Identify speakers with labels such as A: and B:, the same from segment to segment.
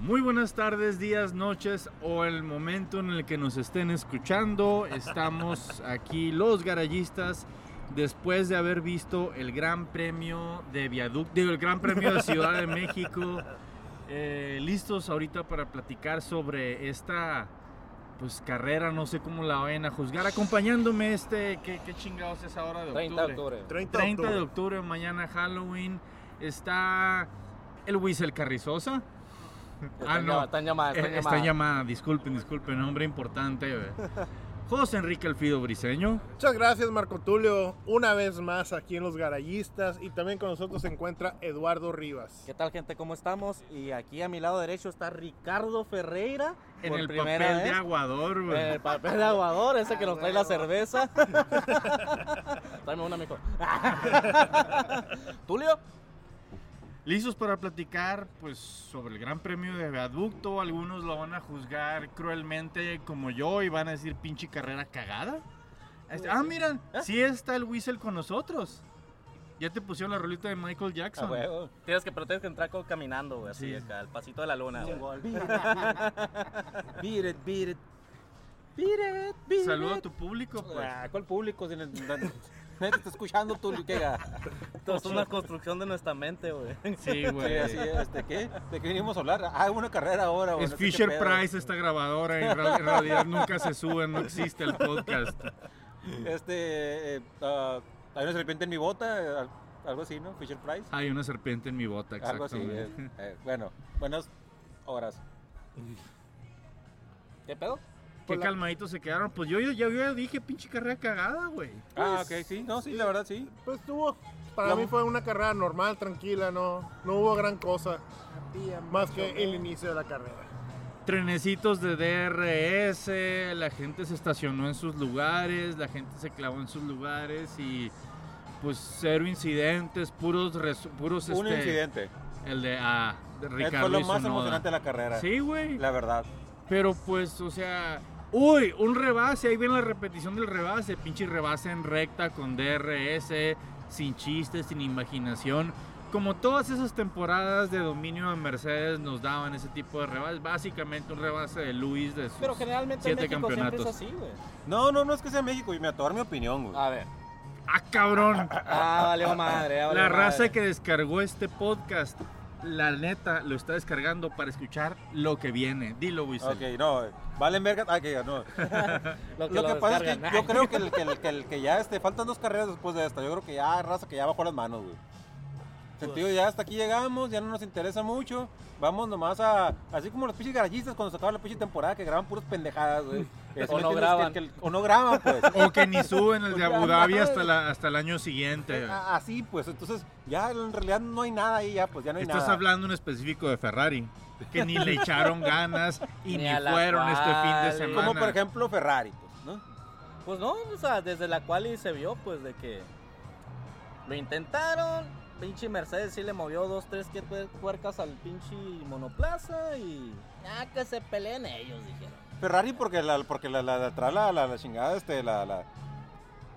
A: Muy buenas tardes, días, noches o el momento en el que nos estén escuchando. Estamos aquí los garayistas después de haber visto el Gran Premio de Viaducto, digo, el Gran Premio de Ciudad de México. Eh, listos ahorita para platicar sobre esta pues carrera, no sé cómo la vayan a juzgar. Acompañándome este, ¿qué, qué chingados es ahora de octubre?
B: 30 de octubre.
A: 30, de octubre, mañana Halloween, está el Wiesel Carrizosa.
B: Están llama- están llamadas,
A: eh,
B: están
A: está
B: llamadas.
A: llamada, disculpen, disculpen, hombre importante. eh. José Enrique Alfido Briseño.
C: Muchas gracias Marco Tulio, una vez más aquí en Los Garayistas y también con nosotros se encuentra Eduardo Rivas.
B: ¿Qué tal, gente? ¿Cómo estamos? Y aquí a mi lado derecho está Ricardo Ferreira.
A: En
B: por
A: el papel
B: primera
A: de
B: vez. Eh.
A: aguador, güey.
B: En el papel de aguador, ese que nos trae la cerveza. Dame una, mijo. ¿Tulio?
A: Listos para platicar pues sobre el Gran Premio de Viaducto. Algunos lo van a juzgar cruelmente como yo y van a decir pinche carrera cagada. Este, ah, miran, sí está el Whistle con nosotros. Ya te pusieron la rolita de Michael
B: Ah,
A: Jackson.
B: huevo. Tienes que, pero tienes que entrar como caminando, güey, así
A: Sí.
B: acá, al pasito de la luna. güey.
D: Beat it, beat it. Beat it, beat
A: Saludo a
D: it.
A: tu público, pues.
D: Ah, ¿Cuál público? Si no- no- no- Nadie te está escuchando tú, Luquega.
B: Esto es una construcción de nuestra mente, güey.
A: Sí,
D: Sí,
A: güey.
D: así es. ¿De qué? ¿De qué venimos a hablar? Ah, una carrera ahora. güey,
A: eh, Es
D: no sé qué
A: Fisher
D: pedo.
A: Price esta grabadora. En, real- en realidad nunca se sube, no existe el podcast.
D: Este, eh, ah, hay una serpiente en mi bota, eh, algo así, ¿no? Fisher Price.
A: Hay una serpiente en mi bota,
D: Algo así.
A: exactamente.
D: eh, eh, bueno, buenas horas.
B: ¿Qué pedo?
A: Qué
C: Hola.
A: calmaditos se quedaron. Pues yo, yo, yo ya dije pinche carrera cagada, güey.
D: Ah,
C: Pues,
D: ok, sí. No, sí, la verdad, sí.
C: Pues tuvo, para
D: La-
C: mí fue una carrera normal, tranquila, no, no hubo gran cosa más que el inicio de la carrera.
A: trenecitos de DRS, la gente se estacionó en sus lugares, la gente se clavó en sus lugares y pues cero incidentes, puros res- puros
D: Un
A: este,
D: incidente. Eh,
A: el de ah, de Ricardo
D: fue lo
A: y
D: más
A: Tsunoda.
D: emocionante de la carrera.
A: Sí, güey.
D: La verdad.
A: Pero pues, o sea, uy, un rebase, ahí viene la repetición del rebase, pinche rebase en recta con DRS, sin chistes, sin imaginación. Como todas esas temporadas de dominio de Mercedes nos daban ese tipo de rebases, básicamente un rebase de Luis de sus
B: Pero generalmente en
A: siete
B: México siempre es
A: campeonatos.
B: así, güey.
D: No, no, no es que sea México. Y me atoró mi opinión, güey.
B: A ver.
A: ¡Ah, cabrón!
B: Ah, valió madre. ya valió
A: La raza
B: madre.
A: que descargó este podcast, la neta, lo está descargando para escuchar lo que viene. Dilo, Wiesel.
D: Ok, no, valen verga. Ah, que no. Lo que, pasa es que
B: descargan.
D: yo creo que, el, que, el- que el- que ya este, faltan dos carreras después de esta. Yo creo que ya raza que ya bajó las manos, güey.
B: Pues.
D: Sentido, ya hasta aquí llegamos, ya no nos interesa mucho. Vamos nomás a. Así como los pinches garayistas cuando se acaba la pinche temporada que graban puras pendejadas, güey. Eh, ¿sí
B: O
D: me
B: no
D: entiendes?
B: graban.
D: Que- que- o no graban, pues.
A: O que ni suben el de Abu
D: Ya,
A: Dhabi
D: madre.
A: hasta, la- hasta el año siguiente.
D: Eh, a- Así, pues. Entonces, ya en realidad no hay nada ahí, ya, pues ya no hay
A: Estás
D: nada.
A: hablando en específico de Ferrari, que ni le echaron ganas y
B: Ni
A: ni
B: a la
A: fueron este fin de
B: cual.
A: semana.
D: Como por ejemplo Ferrari, pues, ¿no?
B: Pues no, o sea, desde la cual y se vio, pues, de que lo intentaron. Pinche Mercedes sí le movió dos, tres que- puercas al pinche monoplaza y. Ah, que se peleen ellos, dijeron.
D: Ferrari porque la porque la, la, la trae la, la- la chingada este la, la-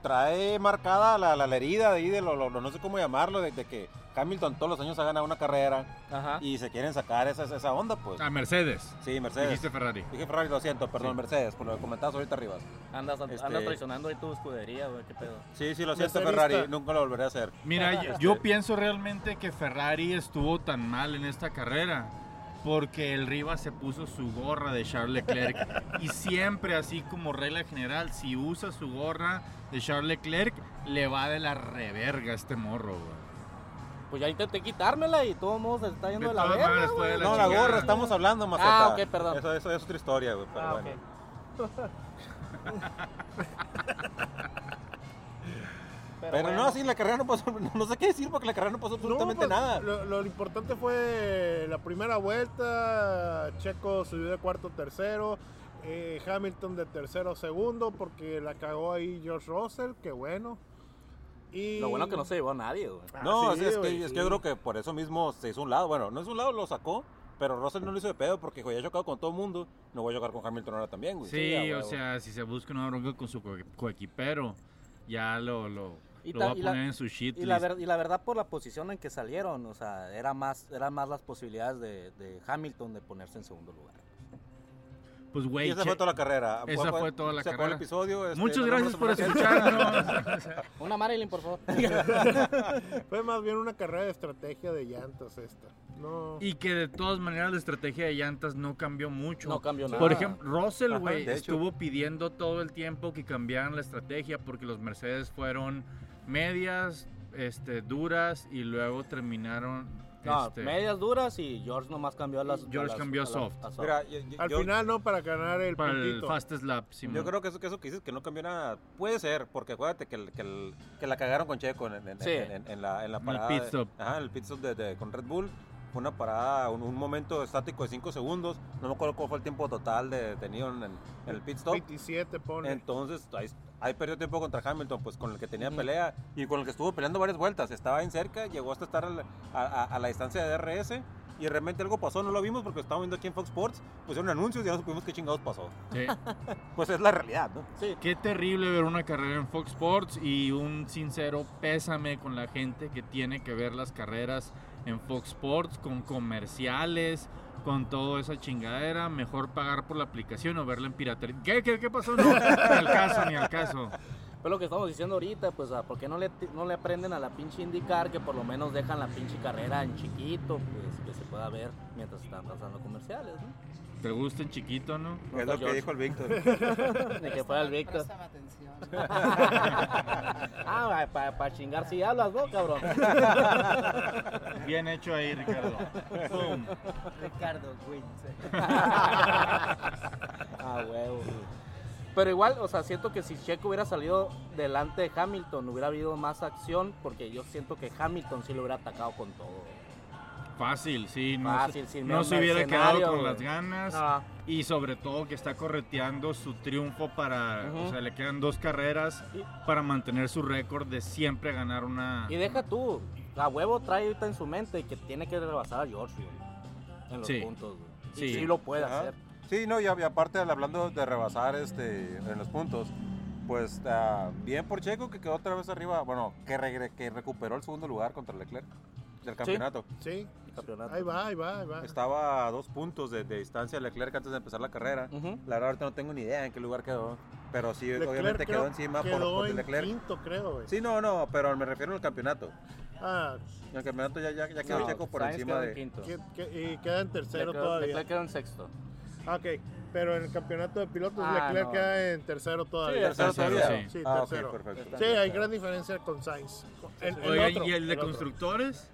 D: trae marcada la, la, la herida de ahí de lo, lo- lo- no sé cómo llamarlo de, de que Hamilton todos los años ha ganado una carrera
B: Ajá.
D: y se quieren sacar esa, esa onda pues
A: A Mercedes,
D: sí Mercedes
A: Ah, dijiste Ferrari.
D: dije Ferrari lo siento perdón
A: Sí.
D: Mercedes por lo que comentabas ahorita arriba
B: Andas, andas
D: Este-
B: traicionando ahí tu escudería, güey, qué pedo.
D: sí sí lo siento
C: Mercedista.
D: Ferrari nunca lo volveré a hacer
A: Mira, yo, yo pienso realmente que Ferrari estuvo tan mal en esta carrera porque el Rivas se puso su gorra de Charles Leclerc y siempre así como regla general, si usa su gorra de Charles Leclerc, le va de la reverga a este morro, güey.
B: Pues ya intenté quitármela y todo modo se está yendo de,
A: De
B: la
A: todas
B: verga.
A: maneras, fue de la
B: güey.
D: no la
A: chingada.
D: gorra estamos hablando más
B: Ah, ok, perdón.
D: eso, eso es otra historia güey pero
B: Ah, ok.
D: bueno. pero,
B: bueno.
D: no sí la carrera no pasó no, no sé qué decir porque la carrera no pasó absolutamente
C: No, pues,
D: nada
C: Lo, lo importante fue la primera vuelta, Checo subió de cuarto a tercero, eh, Hamilton de tercero a segundo porque la cagó ahí George Russell, qué bueno. Y...
B: Lo bueno que no se llevó a nadie, güey.
C: Ah,
D: No,
C: sí,
D: es, es que,
C: güey,
D: es que
C: sí.
D: yo creo que por eso mismo se hizo un lado. Bueno, no es un lado, lo sacó, pero Russell no lo hizo de pedo porque güey, ya he chocado con todo el mundo. No voy a chocar con Hamilton ahora también, güey.
A: Sí,
B: pues, a
A: o
B: huevo.
A: sea, si se busca una bronca con su co- coequipero, ya lo, lo,
B: Y,
A: Lo
B: ta-
A: va a
B: y
A: poner
B: la-
A: en su shit
B: y la,
A: list.
B: ver- y la verdad por la posición en que salieron, o sea, era más, eran más las posibilidades de, de Hamilton de ponerse en segundo lugar.
A: Pues,
D: Y
A: güey,
D: esa
A: che-
D: fue toda la carrera.
A: Esa
D: Fue-
A: fue toda la
D: se acabó
A: carrera.
D: el episodio. este,
A: muchas
D: nos
A: gracias
D: vemos
A: por
D: la semana que
A: escucharnos.
B: Una Marilyn, por favor.
C: Fue más bien una carrera de estrategia de llantas esta. No.
A: y que de todas maneras la estrategia de llantas no cambió mucho.
B: no cambió nada.
A: Por ejemplo, Russell,
D: Ajá,
A: güey,
D: de hecho.
A: estuvo pidiendo todo el tiempo que cambiaran la estrategia porque los Mercedes fueron medias, este, duras y luego terminaron.
B: No,
A: este,
B: medias duras y George nomás cambió a las.
A: George
B: a las-
A: cambió
B: a las-
A: soft.
B: a
D: Mira, yo, yo-
C: Al
D: yo-
C: final no para ganar el
A: para el
C: puntito.
A: fastest lap. Simón.
D: yo creo que eso, que eso que dices que no cambió nada puede ser, porque acuérdate que, el- que, el- que la cagaron con Checo en, en-
B: Sí.
D: en- en- en la, en la
A: En el
D: parada.
A: pit
D: de-
A: stop.
D: ajá, en el pit stop de, de- con Red Bull. Fue una parada, un, un momento estático de 5 segundos. No me acuerdo cuál fue el tiempo total de, tenido en, en el pit stop.
C: 27 pone.
D: Entonces, ahí, ahí perdió tiempo contra Hamilton, pues con el que tenía
B: Ujú.
D: pelea y con el que estuvo peleando varias vueltas. Estaba en cerca, llegó hasta estar al- a, a- a la distancia de DRS y realmente algo pasó. No lo vimos porque estábamos viendo aquí en Fox Sports, pusieron anuncios y ya no supimos qué chingados pasó.
A: Sí.
D: Pues es la realidad, ¿no?
B: Sí,
A: Qué terrible ver una carrera en Fox Sports y un sincero pésame con la gente que tiene que ver las carreras en Fox Sports con comerciales, con toda esa chingadera. Mejor pagar por la aplicación o verla en piratería. ¿Qué, qué, qué pasó? No, ni al caso, ni al caso.
B: fue lo que estamos diciendo ahorita, pues, ah, ¿por qué no le, no le aprenden a la pinche indicar que por lo menos dejan la pinche carrera en chiquito, pues, que se pueda ver mientras están pasando comerciales, ¿no?
A: Te gusta en chiquito, ¿no?
B: No
D: es
B: está
D: lo que
B: George.
D: dijo el Víctor.
B: Ni que fuera el Víctor.
E: Préstame atención.
B: Ah, para chingar si hablas, ¿no, cabrón?
A: Bien hecho ahí, Ricardo. Boom.
E: Ricardo Wins.
B: Ah, huevo. güey. Pero igual, o sea, siento que si Checo hubiera salido delante de Hamilton, hubiera habido más acción, porque yo siento que Hamilton sí lo hubiera atacado con todo.
A: Fácil, sí. No,
B: Fácil,
A: se,
B: sin
A: no
B: mer-
A: se hubiera
B: mercenario,
A: quedado con
B: güey.
A: las ganas.
B: Ah,
A: Y sobre todo que está correteando su triunfo para,
B: Ujú.
A: o sea, le quedan dos carreras
B: Y-
A: para mantener su récord de siempre ganar una...
B: y deja tú, la huevo trae ahorita en su mente que tiene que rebasar a George, güey, en los
A: Sí.
B: puntos, güey. Y
A: Sí.
B: sí. lo puede
D: Ajá.
B: hacer.
D: Sí, no, y, a- y aparte al- hablando de rebasar este, en los puntos, pues ah, bien por Checo que quedó otra vez arriba, bueno, que, regre- que recuperó el segundo lugar contra Leclerc del campeonato.
C: Sí,
B: el campeonato.
C: ahí va, ahí va, ahí va.
D: Estaba a dos puntos de, de distancia de Leclerc antes de empezar la carrera.
B: Ujú.
D: La verdad, ahorita no tengo ni idea en qué lugar quedó. Pero sí,
C: Leclerc
D: obviamente quedó
C: creo-
D: encima por,
C: quedó
D: por
C: en
D: Leclerc.
C: quinto, creo, güey.
D: Sí, no, no, pero me refiero al campeonato.
C: Ah,
D: En el campeonato ya, ya, ya quedó
B: No,
D: Checo por
B: Sainz
D: encima
B: quedó
D: de.
B: en quinto.
C: que- que- y queda en tercero
B: Leclerc-
C: todavía.
B: Leclerc quedó en sexto.
C: Ah, Ok, pero en el campeonato de pilotos
B: Ah,
C: Leclerc
B: no.
C: queda en tercero todavía.
A: tercero todavía.
C: Sí,
A: sí.
D: Ah, ok,
C: tercero.
D: perfecto.
C: Sí, hay gran diferencia con Sainz. El- el
A: Oigan,
C: otro,
A: ¿y el de
C: otro.
A: constructores?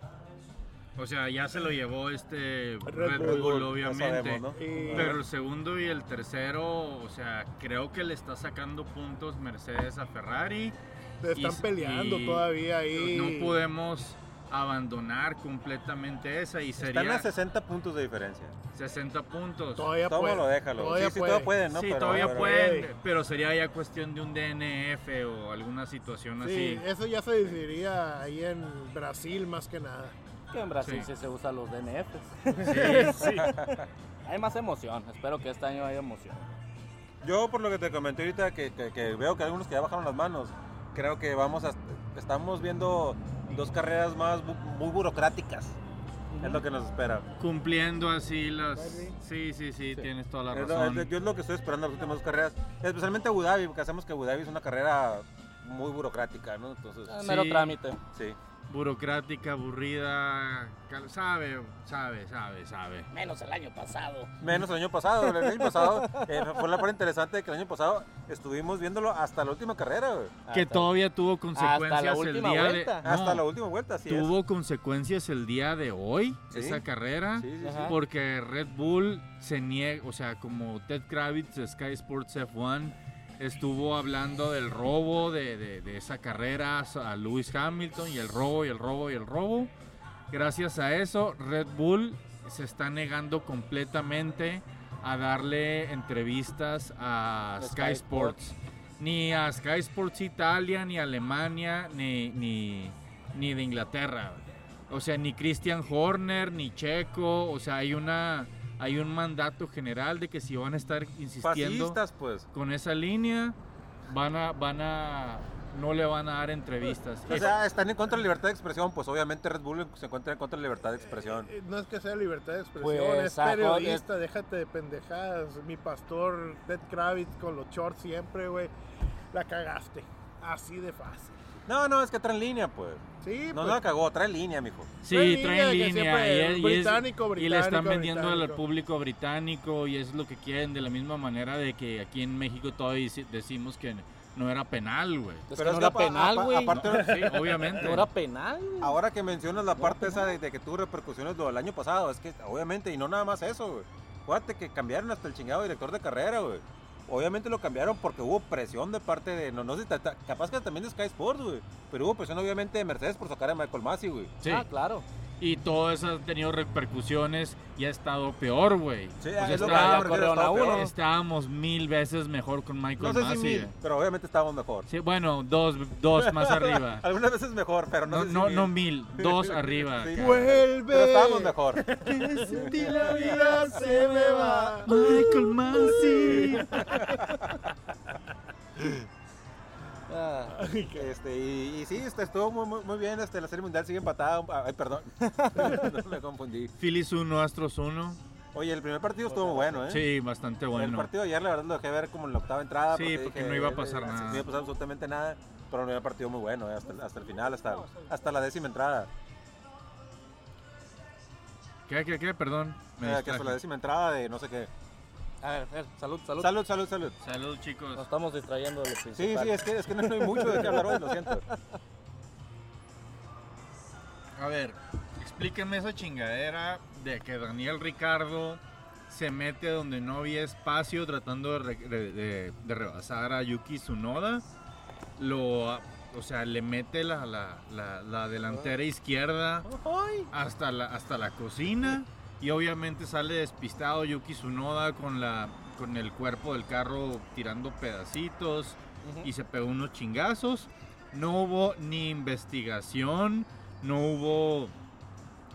A: O sea, ya se lo llevó este Red, Bull,
C: Bull,
D: ya
A: obviamente.
D: sabemos, ¿no?
C: Y-
A: Pero el segundo y el tercero, o sea, creo que le está sacando puntos Mercedes a Ferrari.
C: Te están
A: y-
C: peleando
A: y-
C: todavía ahí.
A: No podemos abandonar completamente esa y
D: Están a
A: sería
D: 60 puntos de diferencia.
A: 60 puntos.
C: Todavía
D: Tómalo,
C: puede.
D: déjalo.
C: Todavía
D: sí, sí,
C: puede.
D: todavía pueden, ¿no?
A: sí,
D: Pero-
A: todavía
D: pero-
A: pueden,
C: güey.
A: pero sería ya cuestión de un DNF o alguna situación
C: Sí,
A: así.
D: eh.
C: eso ya se decidiría ahí en Brasil más que nada.
B: Que en Brasil
A: Sí.
B: sí se usan los DNFs.
A: Sí,
B: Hay más emoción, espero que este año haya emoción.
D: Yo, por lo que te comenté ahorita, que, que- que veo que algunos que ya bajaron las manos, creo que vamos a. Estamos viendo dos carreras más bu- muy burocráticas. Es lo que nos espera.
A: Cumpliendo así las... Sí, sí, sí, tienes toda la
D: Es lo- Eh, es
A: razón.
D: lo- yo es lo que estoy esperando las últimas dos carreras, especialmente Abu Dhabi, porque hacemos que Abu Dhabi es una carrera muy burocrática, ¿no? Entonces,
B: Ah,
A: Sí.
B: Mero trámite.
D: sí.
A: Burocrática, aburrida, cal- sabe, sabe, sabe, sabe.
B: Menos el año pasado.
D: Menos el año pasado, el año pasado eh, fue la parte interesante de que el año pasado estuvimos viéndolo hasta la última carrera, güey.
A: que
B: Ah, Hasta-
A: todavía tuvo
B: la
A: consecuencias el
B: última
A: día de...
B: vuelta.
A: No,
D: Hasta la última vuelta, así es.
A: tuvo consecuencias el día de hoy,
D: Sí.
A: esa carrera.
D: Sí, sí, sí.
B: Ajá.
A: Porque Red Bull se niega, o sea, como Ted Kravitz de Sky Sports F1 estuvo hablando del robo de, de- de esa carrera a Lewis Hamilton y el robo y el robo y el robo. Gracias a eso, Red Bull se está negando completamente a darle entrevistas a
B: De
A: Sky
B: Sky
A: Sports. Ni a Sky Sports Italia, ni Alemania, ni, ni, ni de Inglaterra. O sea, ni Christian Horner, ni Checo. O sea, hay una hay un mandato general de que si van a estar insistiendo
D: Fascistas, pues.
A: con esa línea, van a, van a, no le van a dar entrevistas.
D: O sea, están en contra de la libertad de expresión, pues obviamente Red Bull se encuentra en contra de la libertad de expresión.
C: Eh, No es que sea libertad de expresión,
D: Pues,
C: es
D: sacó-
C: periodista, déjate de pendejadas. Mi pastor Ted Kravitz con los shorts siempre, güey. La cagaste. Así de fácil.
D: No, no, es que traen línea, pues.
C: Sí,
D: No,
C: pues,
D: no la cagó, trae línea, mijo.
A: sí,
C: traen
A: traen
C: línea, que
A: línea.
C: siempre
A: Y, es- y es-
C: británico,
A: y le están
C: británico,
A: vendiendo al
C: británico.
A: público británico y es lo que quieren, de la misma manera de que aquí en México todavía deci- decimos que no era penal, güey.
E: Es que no era
D: apa-
E: penal,
D: apa-
E: güey.
D: Aparte,
A: Sí, obviamente.
E: No era penal, güey.
D: Ahora que mencionas la parte esa de, de que tuvo repercusiones lo del año pasado, es que obviamente, y no nada más eso, güey. Acuérdate que cambiaron hasta el chingado director de carrera, güey. Obviamente lo cambiaron porque hubo presión de parte de. No, no sé, ta- ta- capaz que también de Sky Sports, güey. Pero hubo presión, obviamente, de Mercedes por sacar a Michael Masi, güey.
A: Sí.
E: Ah, claro.
A: Y todo eso ha tenido repercusiones y ha estado peor, güey.
D: Sí,
A: O sea,
D: es lo que
A: está-
D: yo me refiero,
E: corrieron a
D: estaba
E: uno.
D: peor.
A: estábamos mil veces mejor con Michael
D: No sé si
A: Masi, eh.
D: mil,
A: güey.
D: pero obviamente estábamos mejor.
A: Sí, bueno, dos, dos más arriba.
D: Algunas veces mejor, pero no,
A: No,
D: sé si
A: no,
D: mil.
A: no mil, dos arriba.
D: Sí.
A: acá.
C: Vuelve.
D: Pero estábamos mejor.
C: que sin ti la vida se me va.
A: Michael Masi.
D: Ah, este, y, y sí, este, estuvo muy, muy, muy bien. Este, la serie mundial sigue empatada. Ah, Ay, perdón. no me confundí.
A: Phillies 1, Astros 1.
D: Oye, el primer partido estuvo bueno, ¿eh?
A: Sí, bastante
D: El
A: bueno.
D: partido de ayer, la verdad, lo dejé ver como en la octava entrada.
A: Sí, porque no iba a pasar
D: eh,
A: nada.
D: No iba a pasar absolutamente nada. Pero no había partido muy bueno, eh, hasta, el- hasta el final, hasta, hasta la décima entrada.
A: ¿Qué, qué, qué? Perdón. me
D: Eh, que hasta la
A: distraje.
D: décima entrada de no sé qué.
E: A ver, a ver, salud, salud.
D: Salud, salud, salud.
A: Salud,
E: Nos
A: chicos.
E: estamos distrayendo de lo principal.
D: Sí, sí, es que, es que no hay mucho de qué hablar hoy, lo siento.
A: A ver, explíquenme esa chingadera de que Daniel Ricardo se mete donde no había espacio tratando de, re- de- de- de rebasar a Yuki Tsunoda. Lo, a- o sea, le mete la, la- la- la delantera izquierda hasta la, hasta la cocina. Y obviamente sale despistado Yuki Tsunoda con, la, con el cuerpo del carro tirando pedacitos
E: Ujú.
A: y se pegó unos chingazos. No hubo ni investigación, no hubo,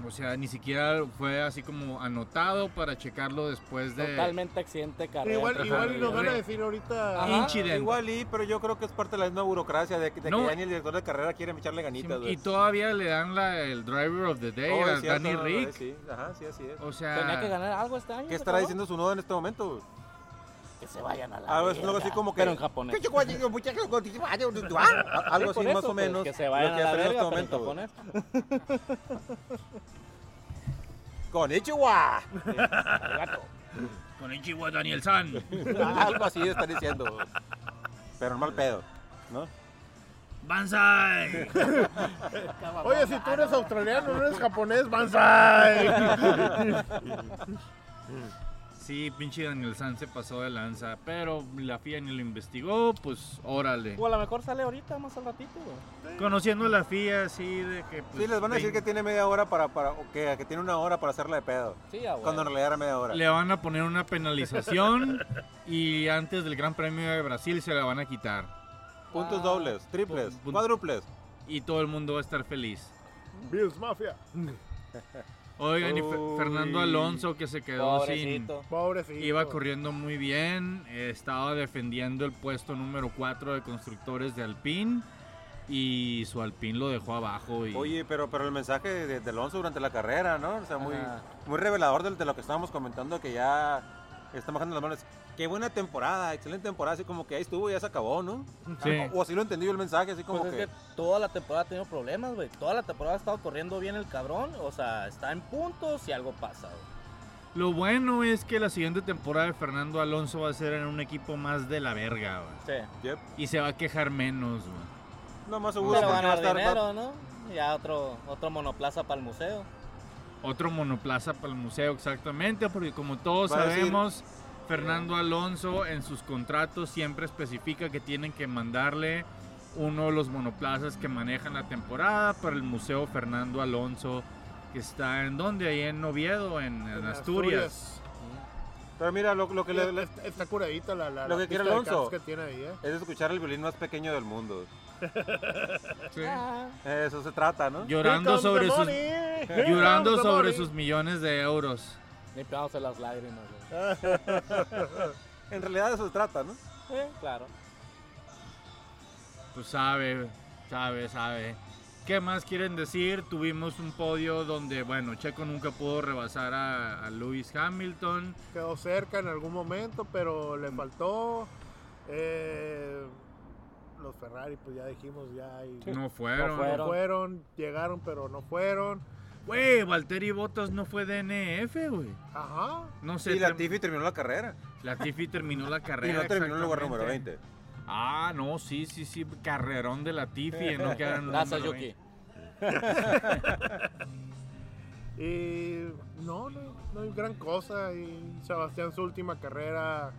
A: o sea, ni siquiera fue así como anotado para checarlo después de...
E: Totalmente accidente de carrera.
C: Igual, igual y nos van a
A: Re-
C: decir ahorita.
D: Ah,
E: Ajá.
A: Incidente.
D: Igual y, pero yo creo que es parte de la misma burocracia de, que- de
A: No.
D: que ya ni el director de carrera quiere echarle
A: Sí,
D: ganitas, güey.
A: y todavía le dan la, el Driver of the Day
D: Oh,
A: a
D: es cierto,
A: Danny
D: no, no,
A: Rick.
D: es- sí, ajá, sí, así es.
E: Tenía
A: O
E: que
A: sea,
E: ganar algo este año.
D: ¿Qué
E: ese
D: estará
E: cabrón.
D: diciendo su nodo en este momento? güey?
E: Que se vayan a la.
D: Algo es- algo
E: verga.
D: así como que-
E: Pero en japonés.
D: ¿Qué chico, chico, muchacho, con- Ah, Algo
E: Sí,
D: así,
E: por
D: más
E: eso,
D: o
E: pues,
D: menos.
E: Que se vayan
D: lo
E: a
D: que
E: la
D: hacen en
E: verga,
D: este
E: pero en
D: momento, güey.
E: japonés.
D: Con Ichiwa.
E: El gato.
A: con Ichiwa Daniel San.
D: Algo así están diciendo. güey. Pero no mal pedo. ¿No?
A: Banzai.
C: Oye, si tú eres australiano, no eres japonés, banzai.
A: Sí, pinche Daniel San se pasó de lanza, pero la FIA ni lo investigó, pues órale.
E: O a lo mejor sale ahorita, más al ratito, güey.
A: Conociendo a la FIA, sí, de que... pues,
D: Sí, les van a decir
A: vein-
D: que tiene media hora para. para o que, que tiene una hora para hacerla de pedo.
E: Sí, ah, güey.
D: Cuando en realidad era media hora.
A: Le van a poner una penalización y antes del Gran Premio de Brasil se la van a quitar.
D: Puntos
E: Ah.
D: dobles, triples,
A: Pun- pun-
D: cuádruples.
A: Y todo el mundo va a estar feliz.
C: Bills Mafia.
A: Oigan, y Fe-
D: Uy.
A: Fernando Alonso que se quedó
E: Pobrecito.
D: Oh,
C: Pobrecito.
A: sin... Iba corriendo muy bien, eh, estaba defendiendo el puesto número 4 de constructores de Alpine y su Alpine lo dejó abajo. Y...
D: Oye, pero, pero el mensaje de, de Alonso durante la carrera, ¿no? O sea, muy,
E: Ajá.
D: muy revelador de, de lo que estábamos comentando, que ya está bajando las manos. Qué buena temporada, excelente temporada, así como que ahí estuvo y ya se acabó, ¿no?
A: Sí.
D: O, o así lo entendí yo el mensaje, así como
E: Pues
D: que...
E: es que toda la temporada ha tenido problemas, güey. Toda la temporada ha estado corriendo bien el cabrón. O sea, está en puntos y algo pasa, güey.
A: Lo bueno es que la siguiente temporada de Fernando Alonso va a ser en un equipo más de la verga, güey.
E: Sí.
D: Yep.
A: Y se va a quejar menos, güey.
D: No, más seguro
E: Pero
D: Pues, porque va a
E: ganar
D: estar... va-
E: dinero, ¿no? Ya otro, otro monoplaza para el museo.
A: Otro monoplaza para el museo, exactamente, porque como todos
D: Va a decir-
A: sabemos, Fernando Alonso en sus contratos siempre especifica que tienen que mandarle uno de los monoplazas que manejan la temporada para el Museo Fernando Alonso, que está en donde, ahí en Oviedo, en, en
C: En
A: Asturias.
D: Pero mira, lo, lo que le, le-
C: Está, está curadita la, la,
D: Lo
C: la
D: que quiere
C: pista de
D: Alonso.
C: karts que tiene ahí, ¿eh?
D: es escuchar el violín más pequeño del mundo.
A: Sí.
D: Eh, Eso se trata, ¿no?
A: Llorando sobre sus...
C: sus.
A: Llorando sobre sus millones de euros.
E: Limpiándose las lágrimas, güey.
D: En realidad eso se trata, ¿no?
E: Sí, claro.
A: Pues sabe, sabe, sabe. ¿Qué más quieren decir? Tuvimos un podio donde, bueno, Checo nunca pudo rebasar a, a Lewis Hamilton.
C: Quedó cerca en algún momento, pero le faltó. Eh, los Ferrari, pues ya dijimos, ya hay-
A: No fueron.
B: No
C: no
B: fueron.
C: fueron, llegaron, pero no fueron.
A: Güey, Valtteri Bottas no fue DNF, güey.
C: Ajá.
A: No sé.
D: Y la
A: tam-
D: Tiffy terminó la carrera.
A: Latifi terminó la
D: Y
A: carrera.
D: no terminó en el lugar
A: exactamente.
D: número 20.
A: Ah, no, sí, sí, sí. Carrerón de Latifi. eh, No quedaron
B: Gracias, Yuki.
C: Y no, no, no hay gran cosa. Y Sebastián, su última carrera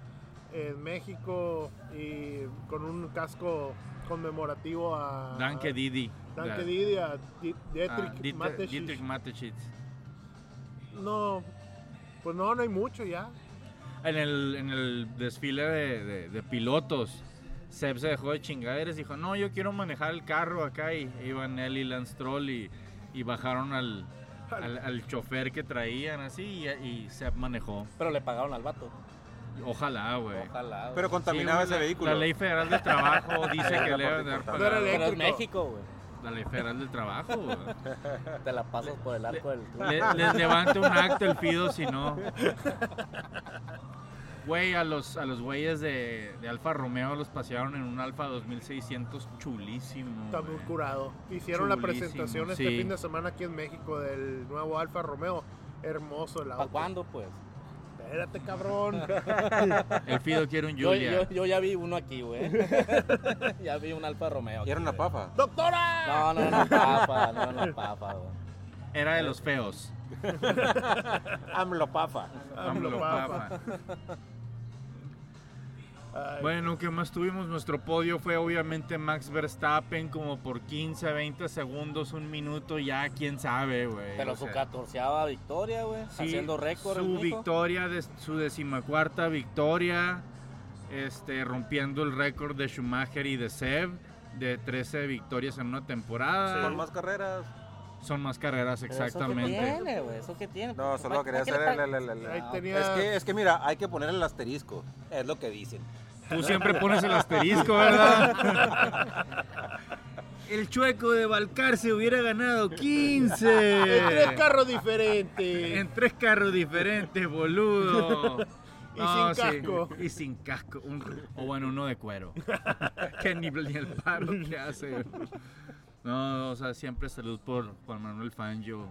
C: en México y con un casco conmemorativo a
A: Danke Didi.
C: Ah. Danke
A: Da-
C: Didi, a Di-
A: ah,
C: Dietrich
A: Dieter-
C: Mateschitz.
A: Dietrich Mateschitz.
C: No, pues no, no hay mucho ya.
A: En el, en el desfile de, de- de pilotos, Seb se dejó de chingaderas y dijo, no, yo quiero manejar el carro acá. Y iban él y Lance Troll y, y bajaron al, al, al chofer que traían así y, y Seb manejó.
B: Pero le pagaron al vato.
A: Ojalá, güey.
B: Ojalá. güey.
D: Pero contaminaba
A: Sí, güey,
D: ese
A: la-
D: vehículo.
A: La ley federal de trabajo dice
D: Era
A: que
D: la
A: le deben de
D: parte
A: haber pagado.
D: importante.
C: Pero
B: Pero
C: el-
B: es
C: Eléctrico.
B: México, güey.
A: La ley federal del trabajo, güey.
B: Te la pasas por el arco del
A: Le- les levanta un acto el Fido si no. Güey, a los, a los güeyes de, de Alfa Romeo los pasearon en un Alfa 2600 chulísimo.
C: Está
A: güey.
C: muy curado. Hicieron la
A: Chulísimo,
C: presentación este
A: sí.
C: fin de semana aquí en México del nuevo Alfa Romeo. Hermoso el
B: ¿Para
C: auto.
B: cuándo, pues?
C: Espérate, cabrón.
A: El Fido quiere un
B: Yo,
A: Julia.
B: yo, yo ya vi uno aquí, güey. ya vi un Alfa Romeo.
D: Y
B: aquí,
D: era una
B: güey.
D: pafa.
C: ¡Doctora!
B: No, no, no, papa, no, no, papa, güey.
A: Era de los feos. Ah,
D: AMLO pafa.
B: Ah,
C: AMLO
A: AMLO Papa.
C: Papa. Ay,
A: Bueno, ¿qué más tuvimos? Nuestro podio fue obviamente Max Verstappen como por 15, 20 segundos, un minuto, ya quién sabe, güey.
B: Pero
A: O
B: su
A: sea,
B: catorceava victoria, güey.
A: Sí,
B: haciendo récord. el
A: Su
B: mijo.
A: victoria, de, su decimacuarta victoria, este, rompiendo el récord de Schumacher y de Seb de 13 victorias en una temporada.
D: Con más carreras.
A: Son más carreras,
B: Pero Eso que
A: exactamente.
B: tiene, güey. Eso que tiene.
D: No, solo quería hacer el- el- el- el-
C: ahí
B: no,
C: tenía.
D: Es que, es que mira, hay que poner el asterisco. Es lo que dicen.
A: Tú siempre pones el asterisco, ¿verdad? El chueco de Balcarce hubiera ganado 15.
C: En tres carros diferentes.
A: En tres carros diferentes, boludo.
C: Y
A: No,
C: sin
A: sí,
C: casco.
A: Y sin casco. un- o bueno, uno de cuero. que ni, ni el paro que hace. No, o sea, siempre salud por Juan Manuel Fangio.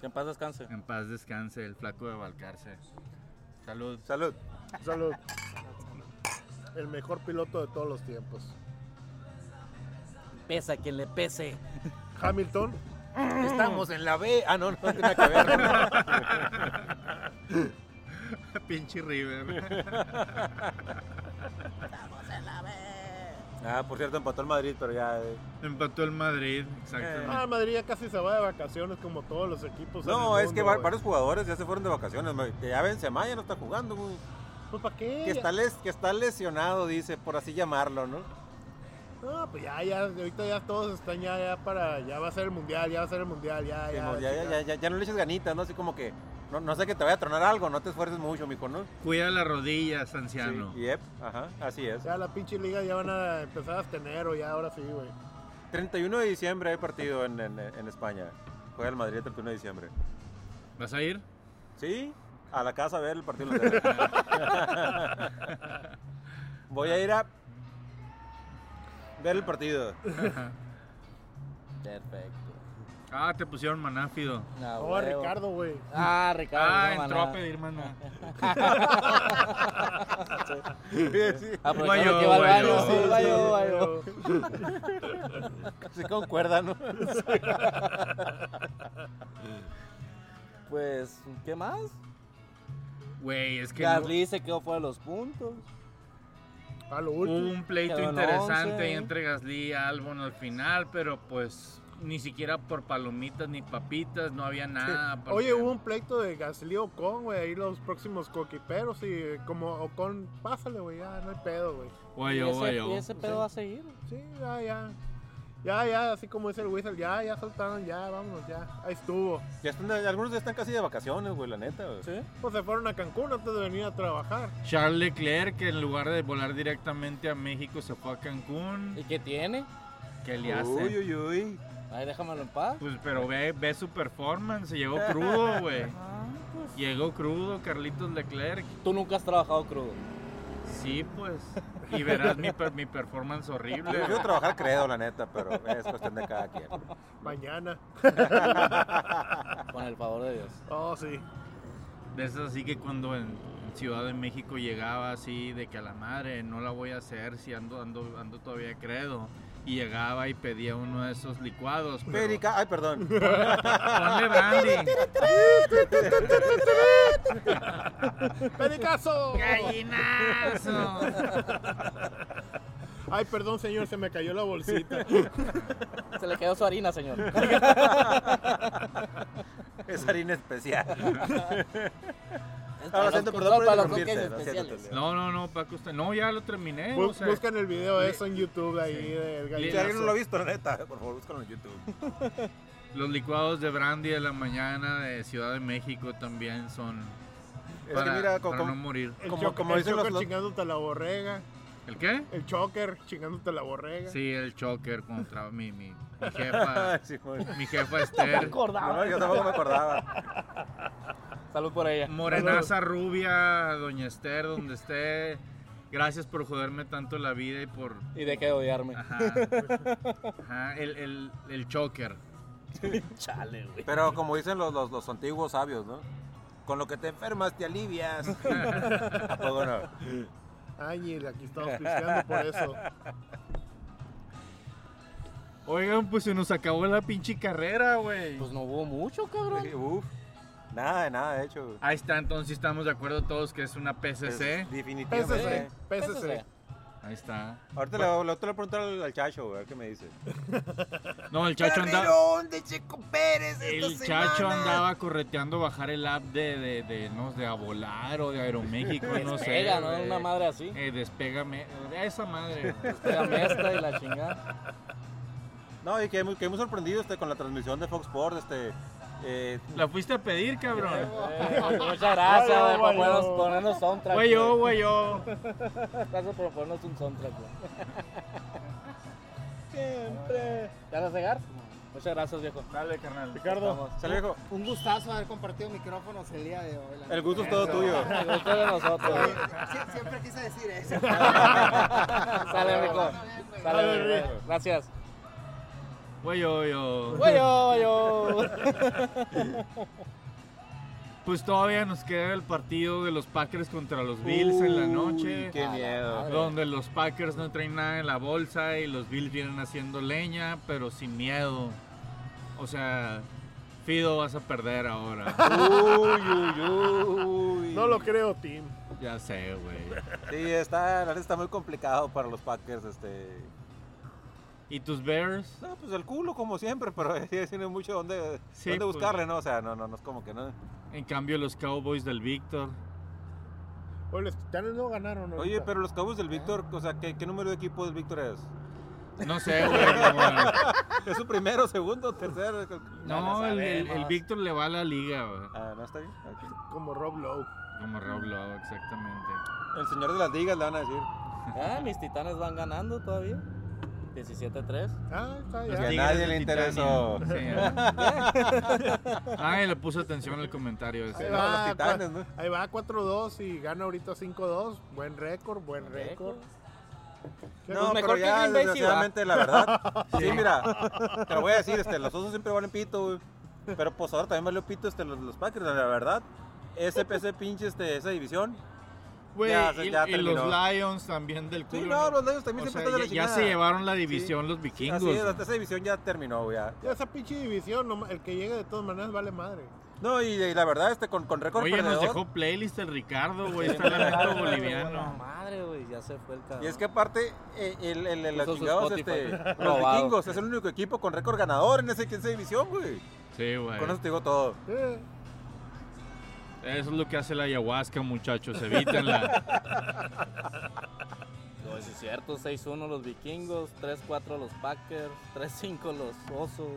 B: Que en paz descanse.
A: En paz descanse, el flaco de Balcarce. Salud.
D: Salud.
C: Salud. El mejor piloto de todos los tiempos.
B: Pesa quien le pese.
C: Hamilton.
D: Estamos en la B. Ah, no, no tiene nada que ver.
A: Pinche River.
D: Ah, por cierto, empató el Madrid, pero ya. eh.
A: Empató el Madrid,
C: Ah,
A: exactamente.
C: Madrid ya casi se va de vacaciones como todos los equipos. Pues en
D: No,
C: el
D: es que
C: mundo,
D: va-
C: güey.
D: varios jugadores ya se fueron de vacaciones. ma- Que ya Benzema ya no está jugando, güey.
C: Pues para qué.
D: Que está, les- que está lesionado, dice, por así llamarlo, ¿no?
C: No, pues ya, ya, ahorita ya todos están ya, ya para, ya va a ser el mundial, ya va a ser el mundial, Ah, ya,
D: Que
C: ya.
D: no, ya, ya, ya, ya- ya no le eches ganitas, ¿no? Así como que, no, no sé que te vaya a tronar algo, no te esfuerces mucho, mijo, ¿no?
A: Cuida las rodillas,
D: Eh. Sí,
A: anciano.
D: yep, ajá, así es.
C: Ya la pinche liga ya van a empezar hasta enero, ya ahora sí, güey.
D: 31 de diciembre hay partido en, en- en España. Juega el Madrid el 31 de diciembre.
A: ¿Vas a ir?
D: ¿Sí? A la casa a ver el partido. en la tele. Voy a ir a ver el partido.
B: Perfecto.
A: Ah, te pusieron manáfido.
B: No,
C: Oh,
B: huevo.
C: Ricardo, güey.
B: Ah, Ricardo.
A: Ah,
B: no,
A: entró a
B: maná.
A: pedir maná.
B: Aprovechando
A: Guayó,
B: que va al baño.
A: guayó.
B: sí, guayó, guayó.
D: Se concuerdan, ¿no?
B: Pues, ¿qué más?
A: Güey, es que no-
B: Gasly se quedó fuera de los puntos.
C: A lo
A: Hubo
C: último.
A: un pleito
B: Quedaron
A: interesante
B: 11,
A: ahí
B: ¿eh?
A: entre Gasly y Albon al final, pero pues ni siquiera por palomitas ni papitas, no había nada. porque-
C: Oye, hubo un pleito de Gasly Ocon, güey, ahí los próximos coquiperos y como Ocon, pásale, güey, ya no hay pedo, güey.
A: Guayo,
B: y ese,
A: guayo.
B: y ese pedo va a seguir.
C: Sí, ya, ya. Ya, ya, así como dice el Whistle, ya, ya soltaron, ya, vámonos, ya. Ahí estuvo.
D: Ya están, algunos ya están casi de vacaciones, güey, la neta, güey.
E: Sí.
C: Pues se fueron a Cancún antes de venir a trabajar.
A: Charles Leclerc, que en lugar de volar directamente a México, se fue a Cancún.
E: ¿Y qué tiene?
A: ¿Qué le hace?
D: Uy, uy, uy.
E: Ay, déjamelo en paz.
A: Pues, pero ve, ve su performance. Llegó crudo, güey. Llegó crudo Carlitos Leclerc.
E: Tú nunca has trabajado crudo.
A: Sí, pues. Y verás mi, per- mi performance horrible.
D: Yo quiero
A: güey.
D: trabajar credo, la neta, pero es cuestión de cada quien.
C: Mañana.
E: Con el favor de Dios.
C: Oh, sí.
A: De esas así que cuando en Ciudad de México llegaba así de que a la madre no la voy a hacer si ando ando ando todavía credo y llegaba y pedía uno de esos licuados. pero-
D: Perica, ay, perdón.
A: Ponle brandy.
C: ¡Pericazo!
A: Gallinazo.
C: Ay, perdón, señor, se me cayó la bolsita.
E: Se le quedó su harina, señor.
D: Es harina especial.
E: Es
D: Ahora
E: para
D: siento,
E: los
D: perdón
E: control-
D: por
E: para los
D: interrumpirte,
E: toques
D: lo siento,
E: especiales.
D: lo siento.
A: No, no, no, Paco, usted- no, ya lo terminé,
C: Bu-
A: o sea,
C: buscan el video de eso en YouTube ahí del
D: Si alguien no
C: gallinazo.
D: lo ha visto, la neta, por favor, búscalo en YouTube.
A: los licuados de brandy de la mañana de Ciudad de México también son
D: Es
A: para,
D: que mira,
A: para
D: como,
A: no morir.
C: El
D: Como-
C: choker,
D: como
C: el
D: dicen
C: choker
D: los- los-
C: chingándote la borrega.
A: ¿El qué?
C: El choker chingándote la borrega.
A: Sí, el choker contra mi, mi, mi jefa,
D: Ay, sí, güey.
A: mi jefa Esther.
D: No, yo tampoco me acordaba.
E: Salud por ella.
A: Morenaza rubia, doña Esther, donde esté. Gracias por joderme tanto la vida y por.
E: Y de qué odiarme.
A: Ajá. Ajá, El, el, el choker.
E: Chale, güey.
D: Pero como dicen los, los, los antiguos sabios, ¿no? Con lo que te enfermas, te alivias. ¿A poco no?
C: Áñil, aquí estamos pisteando por eso.
A: Oigan, pues se nos acabó la pinche carrera, güey.
E: Pues no hubo mucho, cabrón.
D: Sí, Uf. Nada de nada, de hecho.
A: Ahí está, entonces estamos de acuerdo todos que es una
D: Es
A: PCC.
D: Definitivamente.
C: PCC,
E: Eso sea.
C: PCC.
A: Ahí está.
D: Ahorita le, le- ahorita le voy a preguntar al, al Chacho, güey, a ver qué me dice.
A: No, el chacho andaba.
D: de Checo Pérez
A: El chacho andaba correteando bajar el app de, de, de, no, de a volar o de Aeroméxico, no sé.
E: Pega, ¿no?
A: güey.
E: Una madre así.
A: Eh, despégame. Esa madre. güey.
E: Pégame esta y la chingada.
D: No, y quedé muy, quedé muy sorprendido este, con la transmisión de Fox Sports. Este, eh,
A: La fuiste a pedir, cabrón.
E: Eh, güey, muchas gracias,
C: Vaya,
E: güey, por
C: vaya.
E: ponernos, ponernos soundtrack.
A: Güey, yo,
E: güey.
A: güey, yo.
E: Gracias por ponernos un soundtrack, güey. Siempre. ¿Ya vas a llegar? Muchas gracias, viejo.
A: Dale, carnal.
E: Ricardo.
D: sale, viejo.
F: Un gustazo haber compartido micrófonos el día de hoy. la
D: El
F: neta.
D: gusto es todo tuyo.
E: El gusto es de nosotros.
F: Oye,
E: güey.
F: sie- siempre quise decir eso.
E: Sale, rico. Sale, rico. Gracias.
A: Güey, yo, yo.
E: Güey, yo, yo.
A: Pues todavía nos queda el partido de los Packers contra los Bills en la noche.
D: Uy, Qué miedo.
A: Donde los Packers no traen nada en la bolsa y los Bills vienen haciendo leña, pero sin miedo. O sea, Fido vas a perder ahora.
D: Uy, uy, uy.
C: No lo creo, Tim.
A: ya sé, güey.
D: Sí, está, la neta está muy complicado para los Packers. Este.
A: ¿Y tus Bears?
D: No, pues el culo, como siempre, pero sí tiene mucho donde,
A: Sí,
D: donde
A: pues.
D: buscarle, ¿no? O sea, no, no, no es como que no.
A: En cambio, los Cowboys del Víctor.
C: Oye, los titanes no ganaron.
D: Oye,
C: ahorita.
D: pero los Cowboys
A: Eh.
D: del Víctor, o sea, ¿qué, qué número de equipo del Víctor es?
A: No sé, güey. como-
D: ¿Es su primero, segundo, tercero?
A: No, el, el- el
E: sabemos.
A: Víctor le va a la liga, güey.
D: Ah, no está bien. Ok.
C: Como Rob Lowe.
A: Como Rob Lowe, exactamente.
D: El señor de las ligas le van a decir.
E: Ah, mis titanes van ganando todavía. 17-3.
C: Ah, está ya.
D: Los Pues a
A: Tigres
D: nadie
A: de
D: le
A: Titania.
D: interesó.
A: Sí, ah. Ay, le puso atención al comentario
C: Ahí
A: ese.
D: No, los
C: va,
D: Titanes,
C: cua-
D: ¿no?
C: ahí va 4-2 y gana ahorita 5-2. Buen récord, buen récord.
E: mejor
D: No, pero
E: que
D: ya,
E: Green Bay sí va.
D: desgraciadamente, la verdad. Sí, mira, te lo voy a decir, este, los osos siempre valen pito, güey. Pero pues ahora también valió pito este, los, los Packers, la verdad. Ese PC pinche, este, esa división.
A: Güey,
D: Ya, se-
A: y,
D: ya
A: y
D: terminó.
A: los Lions también del culo.
D: Sí, no, los Lions
A: O
D: también
A: sea,
D: siempre están de
A: ya,
D: la
A: ya
D: chingada.
A: se llevaron la división los vikingos.
D: Así es,
A: güey.
D: hasta esa división ya terminó, güey. ya.
C: Ya Esa pinche división, no ma- el que llegue de todas maneras vale madre.
D: No, y, y la verdad, este, con, con récord
A: Oye, nos
D: perdedor.
A: dejó playlist el Ricardo, güey. Está el evento
E: La
A: boliviano.
E: madre, güey, ya se fue el cabrón.
D: Y es que aparte, eh, el, el, el- los
E: Puso su
D: chingados,
E: Spotify.
D: este, los
E: Robado.
D: vikingos, es el único equipo con récord ganador en, ese, en esa división, güey.
A: Sí, güey.
D: Con eso te digo todo.
C: Eh,
A: Eso es lo que hace la ayahuasca, muchachos. Evítenla.
E: Oigan,
B: sí, es cierto. 6-1 los vikingos, 3-4 los Packers, 3-5 los osos,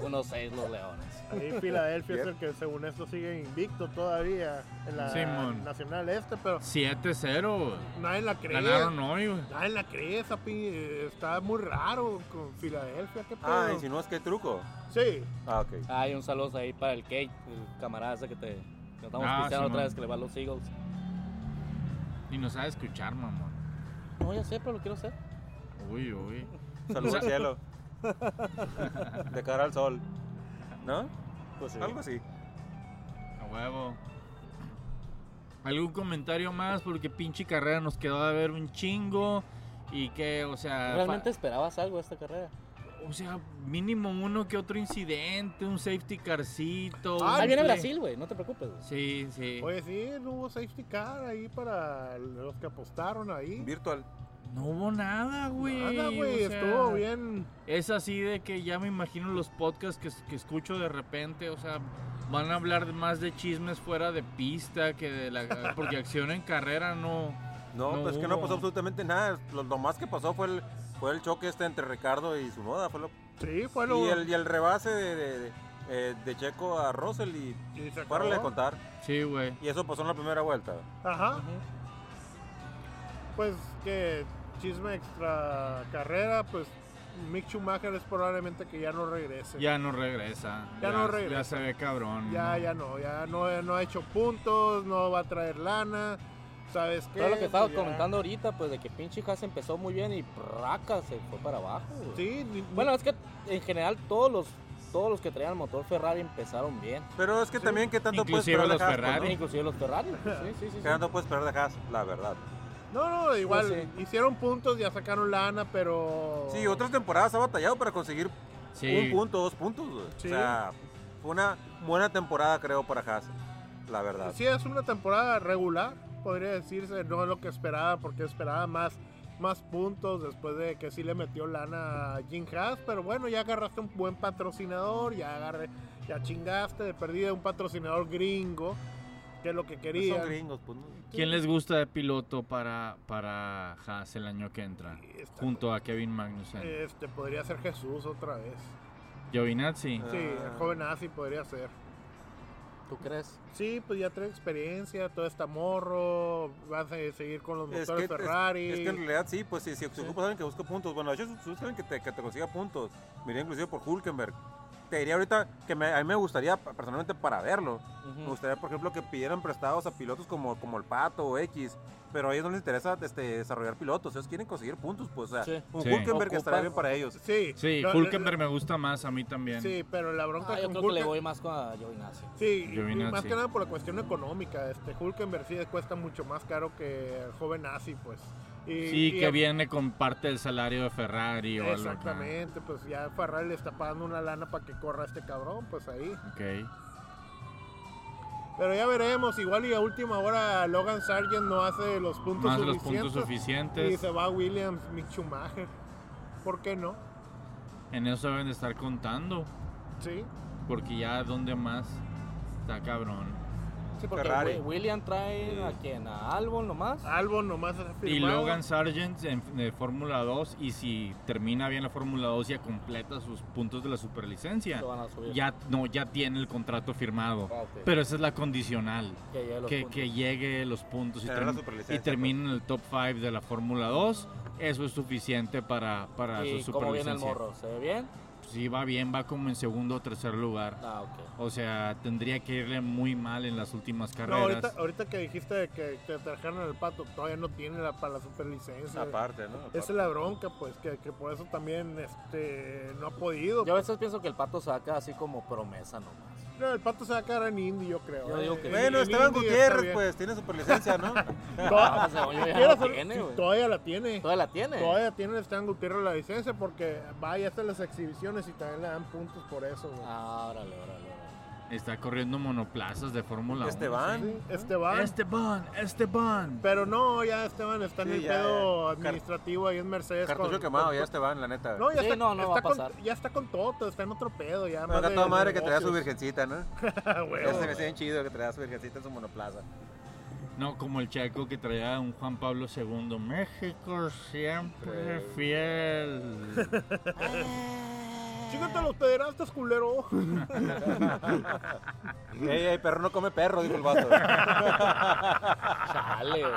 B: 1-6 los leones.
C: Ahí Filadelfia es el que según esto sigue invicto todavía en la
A: Simón.
C: Nacional Este, pero
A: 7-0.
C: nadie la cree.
A: Ganaron hoy, güey.
C: Nadie la cree, esa pi- está muy raro con Filadelfia, qué pedo.
D: Ah, si no es que truco.
C: Sí,
D: Ah, ok.
B: Ay, un saludo ahí para el Kate, el camarada ese que te que estamos
A: Ah,
B: pisteando
A: Simón.
B: otra vez que le va a los Eagles.
A: Y no sabe escuchar, mamón.
B: No, ya sé, pero lo quiero hacer.
A: Uy, uy.
D: Saludos al cielo. De cara al sol. ¿No?
B: Pues sí.
D: Algo así.
A: A huevo. ¿Algún comentario más? Porque pinche carrera nos quedó de ver un chingo. Y que, o sea.
B: ¿Realmente
A: fa-
B: esperabas algo de esta carrera?
A: O sea, mínimo uno que otro incidente, un safety carcito. un
C: Ah,
B: Ah, viene
A: play-
B: Brasil, güey, no te preocupes. güey.
A: Sí, sí.
C: oye, sí, no hubo safety car ahí para los que apostaron ahí.
D: Virtual.
A: No hubo nada, güey.
C: Nada, güey,
A: o sea,
C: estuvo bien.
A: Es así de que ya me imagino los podcasts que, que escucho de repente, o sea, van a hablar de- más de chismes fuera de pista que de la... Porque acción en carrera no...
D: No,
A: No
D: pues que no
A: hubo.
D: pasó absolutamente nada. Lo, lo más que pasó fue el, fue el choque este entre Ricardo y su moda. Fue lo-
C: Sí, fue lo
D: y, el, y el rebase de, de, de- eh, de Checo a Russell y
C: y se
D: párale de
C: acabó.
D: contar.
A: Sí, güey.
D: Y eso pasó en la primera vuelta.
C: Ajá. Pues que chisme extra carrera, pues Mick Schumacher es probablemente que ya no regrese.
A: Ya no regresa.
C: Ya no regresa.
A: Ya se ve cabrón.
C: ya, ya no, ya no, no ha hecho puntos, no va a traer lana. ¿Sabes qué?
B: Todo lo que estabas
C: Pues ya-
B: comentando ahorita, pues de que pinche Haas empezó muy bien y raca se fue para abajo. güey.
C: Sí, ni- ni-
B: Bueno, es que en general todos los todos los que traían el motor Ferrari empezaron bien.
D: Pero es que también, ¿qué tanto puedes
A: Inclusive
D: esperar de
A: los
D: Haas? pues,
A: Ferrari.
D: no?
B: Inclusive los Ferrari. pues, sí, sí, sí,
D: ¿Qué
B: sí.
D: tanto puedes esperar de Haas? La verdad.
C: no, no, igual
B: Pues
C: hicieron puntos, ya sacaron lana, pero.
D: Sí, otras temporadas ha batallado para conseguir un
A: Sí.
D: punto, dos puntos. güey.
C: Sí.
D: O sea, fue una buena temporada, creo, para Haas. La verdad.
C: Pues
D: Pues
C: Sí, es una temporada regular, podría decirse, no es lo que esperaba, porque esperaba más, más puntos después de que sí le metió lana a Jim Haas, pero bueno, ya agarraste un buen patrocinador, ya agarré, ya chingaste de perdida un patrocinador gringo, que es lo que
D: Pues
C: quería.
D: Son gringos, pues. ¿no?
A: ¿Quién les gusta de piloto para, para Haas el año que entra?
C: Esta-
A: Junto a Kevin Magnussen.
C: Este podría ser Jesús otra vez.
A: Giovinazzi.
D: Ah.
C: Sí, el joven así podría ser.
B: ¿Tú crees?
C: Sí, pues ya trae experiencia, todo está morro, vas a seguir con los
D: Es
C: motores
D: que, es-
C: Ferrari.
D: es que en realidad sí, pues si, si ocupas a alguien que busca puntos, bueno, ellos buscan que te, que te consiga puntos. Miré inclusive por Hulkenberg. Te diría ahorita que me- a mí me gustaría pa- personalmente para verlo. Me
A: Pues,
D: gustaría, por ejemplo, que pidieran prestados a pilotos como, como el Pato o X, pero a ellos no les interesa este, desarrollar pilotos, ellos quieren conseguir puntos, pues, o sea,
B: Sí.
D: un
A: Sí.
D: Hulkenberg estaría
B: Ocupan-
D: bien para ellos.
C: Sí,
A: Sí,
C: lo-
A: Hulkenberg me gusta más, a mí también.
C: Sí, pero la bronca
B: Ah, yo
C: con
B: creo que le
C: Hulken-
B: voy más con a Giovinazzi.
C: Sí, y- y
A: Giovinazzi.
C: más que nada por la cuestión económica. Este Hulkenberg sí cuesta mucho más caro que el joven Asi, pues. Y,
A: Sí,
C: y-
A: que viene con parte del salario de Ferrari o algo acá.
C: Exactamente, pues ya Ferrari le está pagando una lana para que corra este cabrón, pues ahí.
A: Ok.
C: Pero ya veremos, igual y a última hora Logan Sargent no hace los puntos
A: Más de los
C: suficientes.
A: puntos
C: y
A: suficientes.
C: se va Williams, Mick Schumacher. ¿Por qué no?
A: En eso deben de estar contando.
C: Sí.
A: Porque ya, ¿dónde más? Está cabrón.
B: Sí, porque
D: Ferrari.
B: Wi- William trae a quién, a Albon nomás.
A: Ah,
C: Albon nomás es
A: Y
C: firmado.
A: Logan Sargent en de Fórmula 2. Y si termina bien la Fórmula 2 ya completa sus puntos de la superlicencia,
B: Lo van a subir.
A: ya, no, ya tiene el contrato firmado.
B: Ah, ok.
A: Pero esa es la condicional.
B: que llegue los
A: que,
B: puntos.
A: que llegue los puntos y,
D: Tener la
A: term-
D: superlicencia,
A: y termine en el top 5 de la Fórmula 2. Eso es suficiente para, para
B: ¿Y
A: su
B: cómo viene el
A: superlicencia.
B: morro? ¿Se ve bien?
A: Si va bien, va como en segundo o tercer lugar.
B: Ah, ok.
A: O sea, tendría que irle muy mal en las últimas
C: No,
A: carreras.
C: ahorita, ahorita que dijiste que te trajeron el pato, todavía no tiene la, para la superlicencia.
D: Aparte, ¿no? Aparte.
C: Esa es la bronca, pues, que, que por eso también este, no ha podido.
B: Yo a veces pienso que el pato saca así como promesa nomás.
C: No, el pato se va a quedar en Indy, yo creo.
B: Yo digo que-
C: En-
D: Bueno,
C: en
D: Esteban
C: Indy está
D: Gutiérrres,
C: bien.
D: pues, tiene superlicencia, ¿no?
C: Toda-
B: Ah, según yo ya
C: Quiero
B: la
C: saber
B: tiene,
C: si
B: güey.
C: todavía la tiene.
B: Todavía la tiene.
C: Todavía tiene el Esteban Gutiérrez la licencia porque va y hace las exhibiciones y también le dan puntos por eso. güey.
B: Ah, órale, órale. órale.
A: Está corriendo monoplazas de Fórmula Este 1.
D: Esteban.
C: Sí, Esteban.
B: Este-
A: Esteban, Esteban.
C: Este Pero no, ya Esteban está en
D: Sí,
C: el
D: ya,
C: pedo
D: ya. Car-
C: administrativo ahí en Mercedes.
D: Cartucho
C: con-
D: quemado,
C: con-
D: ya Esteban, la neta.
C: No, ya
B: Sí,
C: está,
B: no, no va a
C: está con-
B: pasar.
C: ya está con todo, está en otro pedo. Ya
D: Me
C: más de-
D: encantó
C: de
D: madre que traía su
C: negocios.
D: virgencita, ¿no?
C: Ah, güey.
D: Ese se me hacía bien chido que traía su virgencita en su monoplaza.
A: No, como el Chaco que traía un Juan Pablo II. México siempre fiel.
C: Chíquete los pederastas, culero.
D: Ey, ey, perro no come perro, dijo el vato.
B: Chale, güey.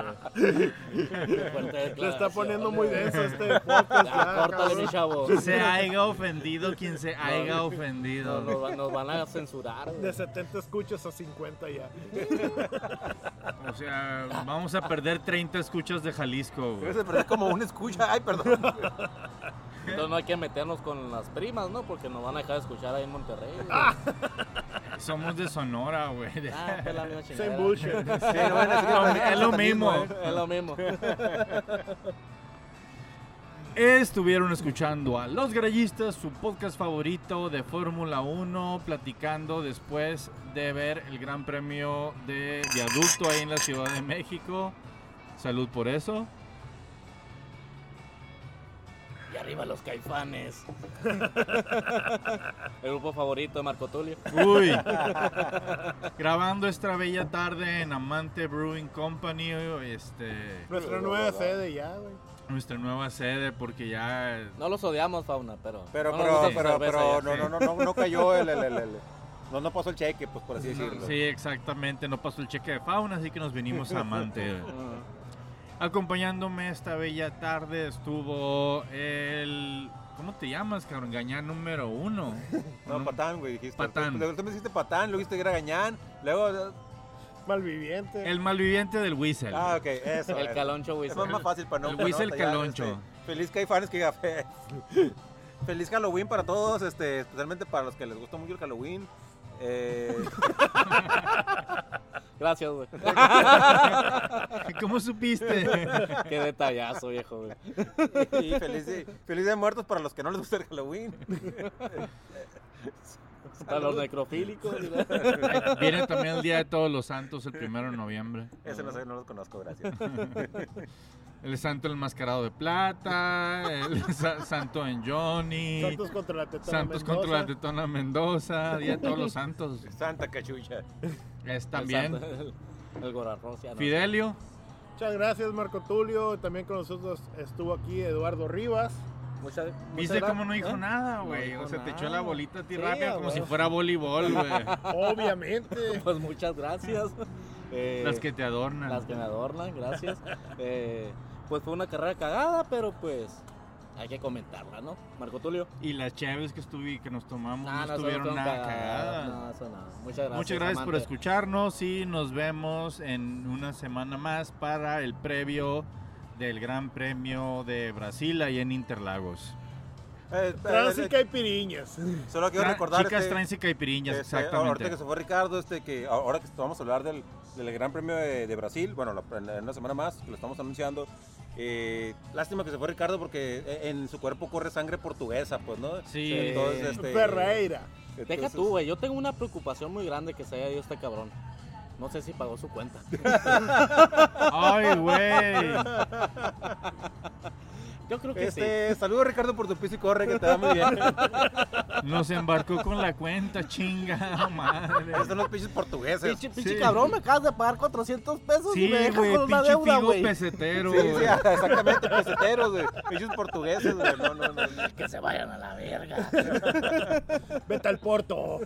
B: Qué fuerte
C: Le está
B: declaración,
C: poniendo
B: güey.
C: muy denso este
B: Ya,
C: podcast. ya,
B: córtale, mi
C: cabrón.
B: chavo.
A: Se haiga ofendido quien se haiga
B: No,
A: ofendido.
B: nos, va- nos van a censurar, güey.
C: De 70 escuchas a 50 ya.
A: O sea, vamos a perder 30 escuchas de Jalisco, güey.
D: Se perdió como una escucha. Ay, perdón.
B: Entonces no hay que meternos con las primas, ¿no? Porque nos van a dejar de escuchar ahí en Monterrey. güey.
C: Ah.
A: Somos de Sonora, güey.
B: Ah, es la misma
C: Same
B: chingadera.
C: bullshit.
D: Sí, no van a decir que
A: Lo-
D: están-
A: es lo
D: están
A: mismo.
D: ¿eh?
B: Es lo mismo.
A: Estuvieron escuchando a Los Grallistas, su podcast favorito de Fórmula 1, platicando después de ver el Gran Premio de Viaducto ahí en la Ciudad de México. Salud por eso.
B: Y arriba los caifanes. El grupo favorito de Marco Tulio.
A: Uy. Grabando esta bella tarde en Amante Brewing Company, este,
C: Nuestra nueva sede ya, güey.
A: nuestra nueva sede, porque ya
B: No los odiamos, Fauna, pero.
D: Pero,
B: no nos
D: pero,
B: gusta su
D: pero,
B: cerveza
D: pero,
B: ya.
D: no, no, no, no, no cayó el, el, el, el- No, no pasó el cheque, pues, por así decirlo.
A: Sí, exactamente. No pasó el cheque de fauna, así que nos venimos a amante. Acompañándome esta bella tarde estuvo el. ¿Cómo te llamas, cabrón? Gañán número uno.
D: No, patán, güey, dijiste.
A: Patán.
D: Luego tú me dijiste patán, luego dijiste que era gañán, luego...
C: Malviviente.
A: El malviviente del Whistle.
D: Ah, ok, eso.
B: El
D: eso.
B: caloncho, güey.
D: Es más, más fácil para no...
A: El
D: para no
A: Whistle
D: batallar,
A: Caloncho.
D: este, Feliz Caifanes que gafé. Feliz Halloween para todos, este, especialmente para los que les gusta mucho el Halloween. Eh,
B: Gracias, güey.
A: ¿Cómo supiste?
B: Qué detallazo, viejo, güey.
D: y feliz, de- feliz de muertos para los que no les gusta el Halloween.
B: Para los necrofílicos. mira.
A: Viene también el Día de Todos los Santos, el primero de noviembre.
D: Ese no sé, no los conozco, gracias.
A: El santo enmascarado de plata, el sa- santo en Johnny,
C: Santos contra la tetona
A: santos
C: Mendoza.
A: contra la tetona Mendoza, Día de Todos los Santos.
D: Santa cachucha.
A: Es también.
B: pues, El, el gorarrón, sí, ah, no.
A: Fidelio.
C: Muchas gracias, Marco Tulio. También con nosotros estuvo aquí Eduardo Rivas.
B: Muchas- muchas
A: Viste
B: gracias.
A: cómo no dijo
B: ¿Eh?
A: nada,
B: No
A: güey.
B: dijo
A: o sea, te echó
B: nada.
A: la bolita a ti
B: Sí,
A: rápida
B: a
A: como si
B: huevo.
A: fuera voleibol, güey.
C: Obviamente.
B: Pues muchas gracias. Eh,
A: Las que te adornan.
B: Las que me adornan, gracias. Eh, pues fue una carrera cagada, pero pues hay que comentarla, ¿no? Marco Tulio.
A: Y las chaves que estuve que nos tomamos
B: Ah,
A: no
B: eso
A: estuvieron
B: fueron
A: nada
B: cagadas,
A: cagadas.
B: No, eso no. Muchas gracias.
A: Muchas gracias por
B: amante.
A: escucharnos y nos vemos en una semana más para el previo del Gran Premio de Brasil ahí en Interlagos.
D: Eh,
C: Tránsito y Piriñas.
D: eh, solo quiero
A: Tra-
D: recordar
A: Chicas
D: este,
A: trans y caipiriñas,
D: este, ahorita
A: exactamente.
D: que se fue Ricardo, este que ahora que vamos a hablar del, del Gran Premio de, de Brasil, bueno, la- en en una semana más que lo estamos anunciando. eh, lástima que se fue Ricardo porque eh, en su cuerpo corre sangre portuguesa, pues, ¿no?
A: Sí.
D: Entonces, este,
C: Ferreira.
D: entonces-
B: Deja tú, güey. Yo tengo una preocupación muy grande que se haya ido este cabrón. No sé si pagó su cuenta.
A: Ay, güey.
B: Yo creo que sí.
D: Este, saludos Ricardo por tu piso y corre que te va muy bien.
A: Nos embarcó con la cuenta, chinga madre.
D: Son los pinches portugueses.
B: Pinche, pinche
A: sí.
B: cabrón, me acabas de pagar 400 pesos y
A: Sí,
B: me dejas
A: güey,
B: con una
A: pinche
B: deuda,
A: figo
B: güey.
A: pesetero.
D: Sí, sí,
A: güey.
D: exactamente, peseteros, güey. Pinches portugueses, güey. No, no, no.
B: Que se vayan a la verga.
C: Vete al Porto.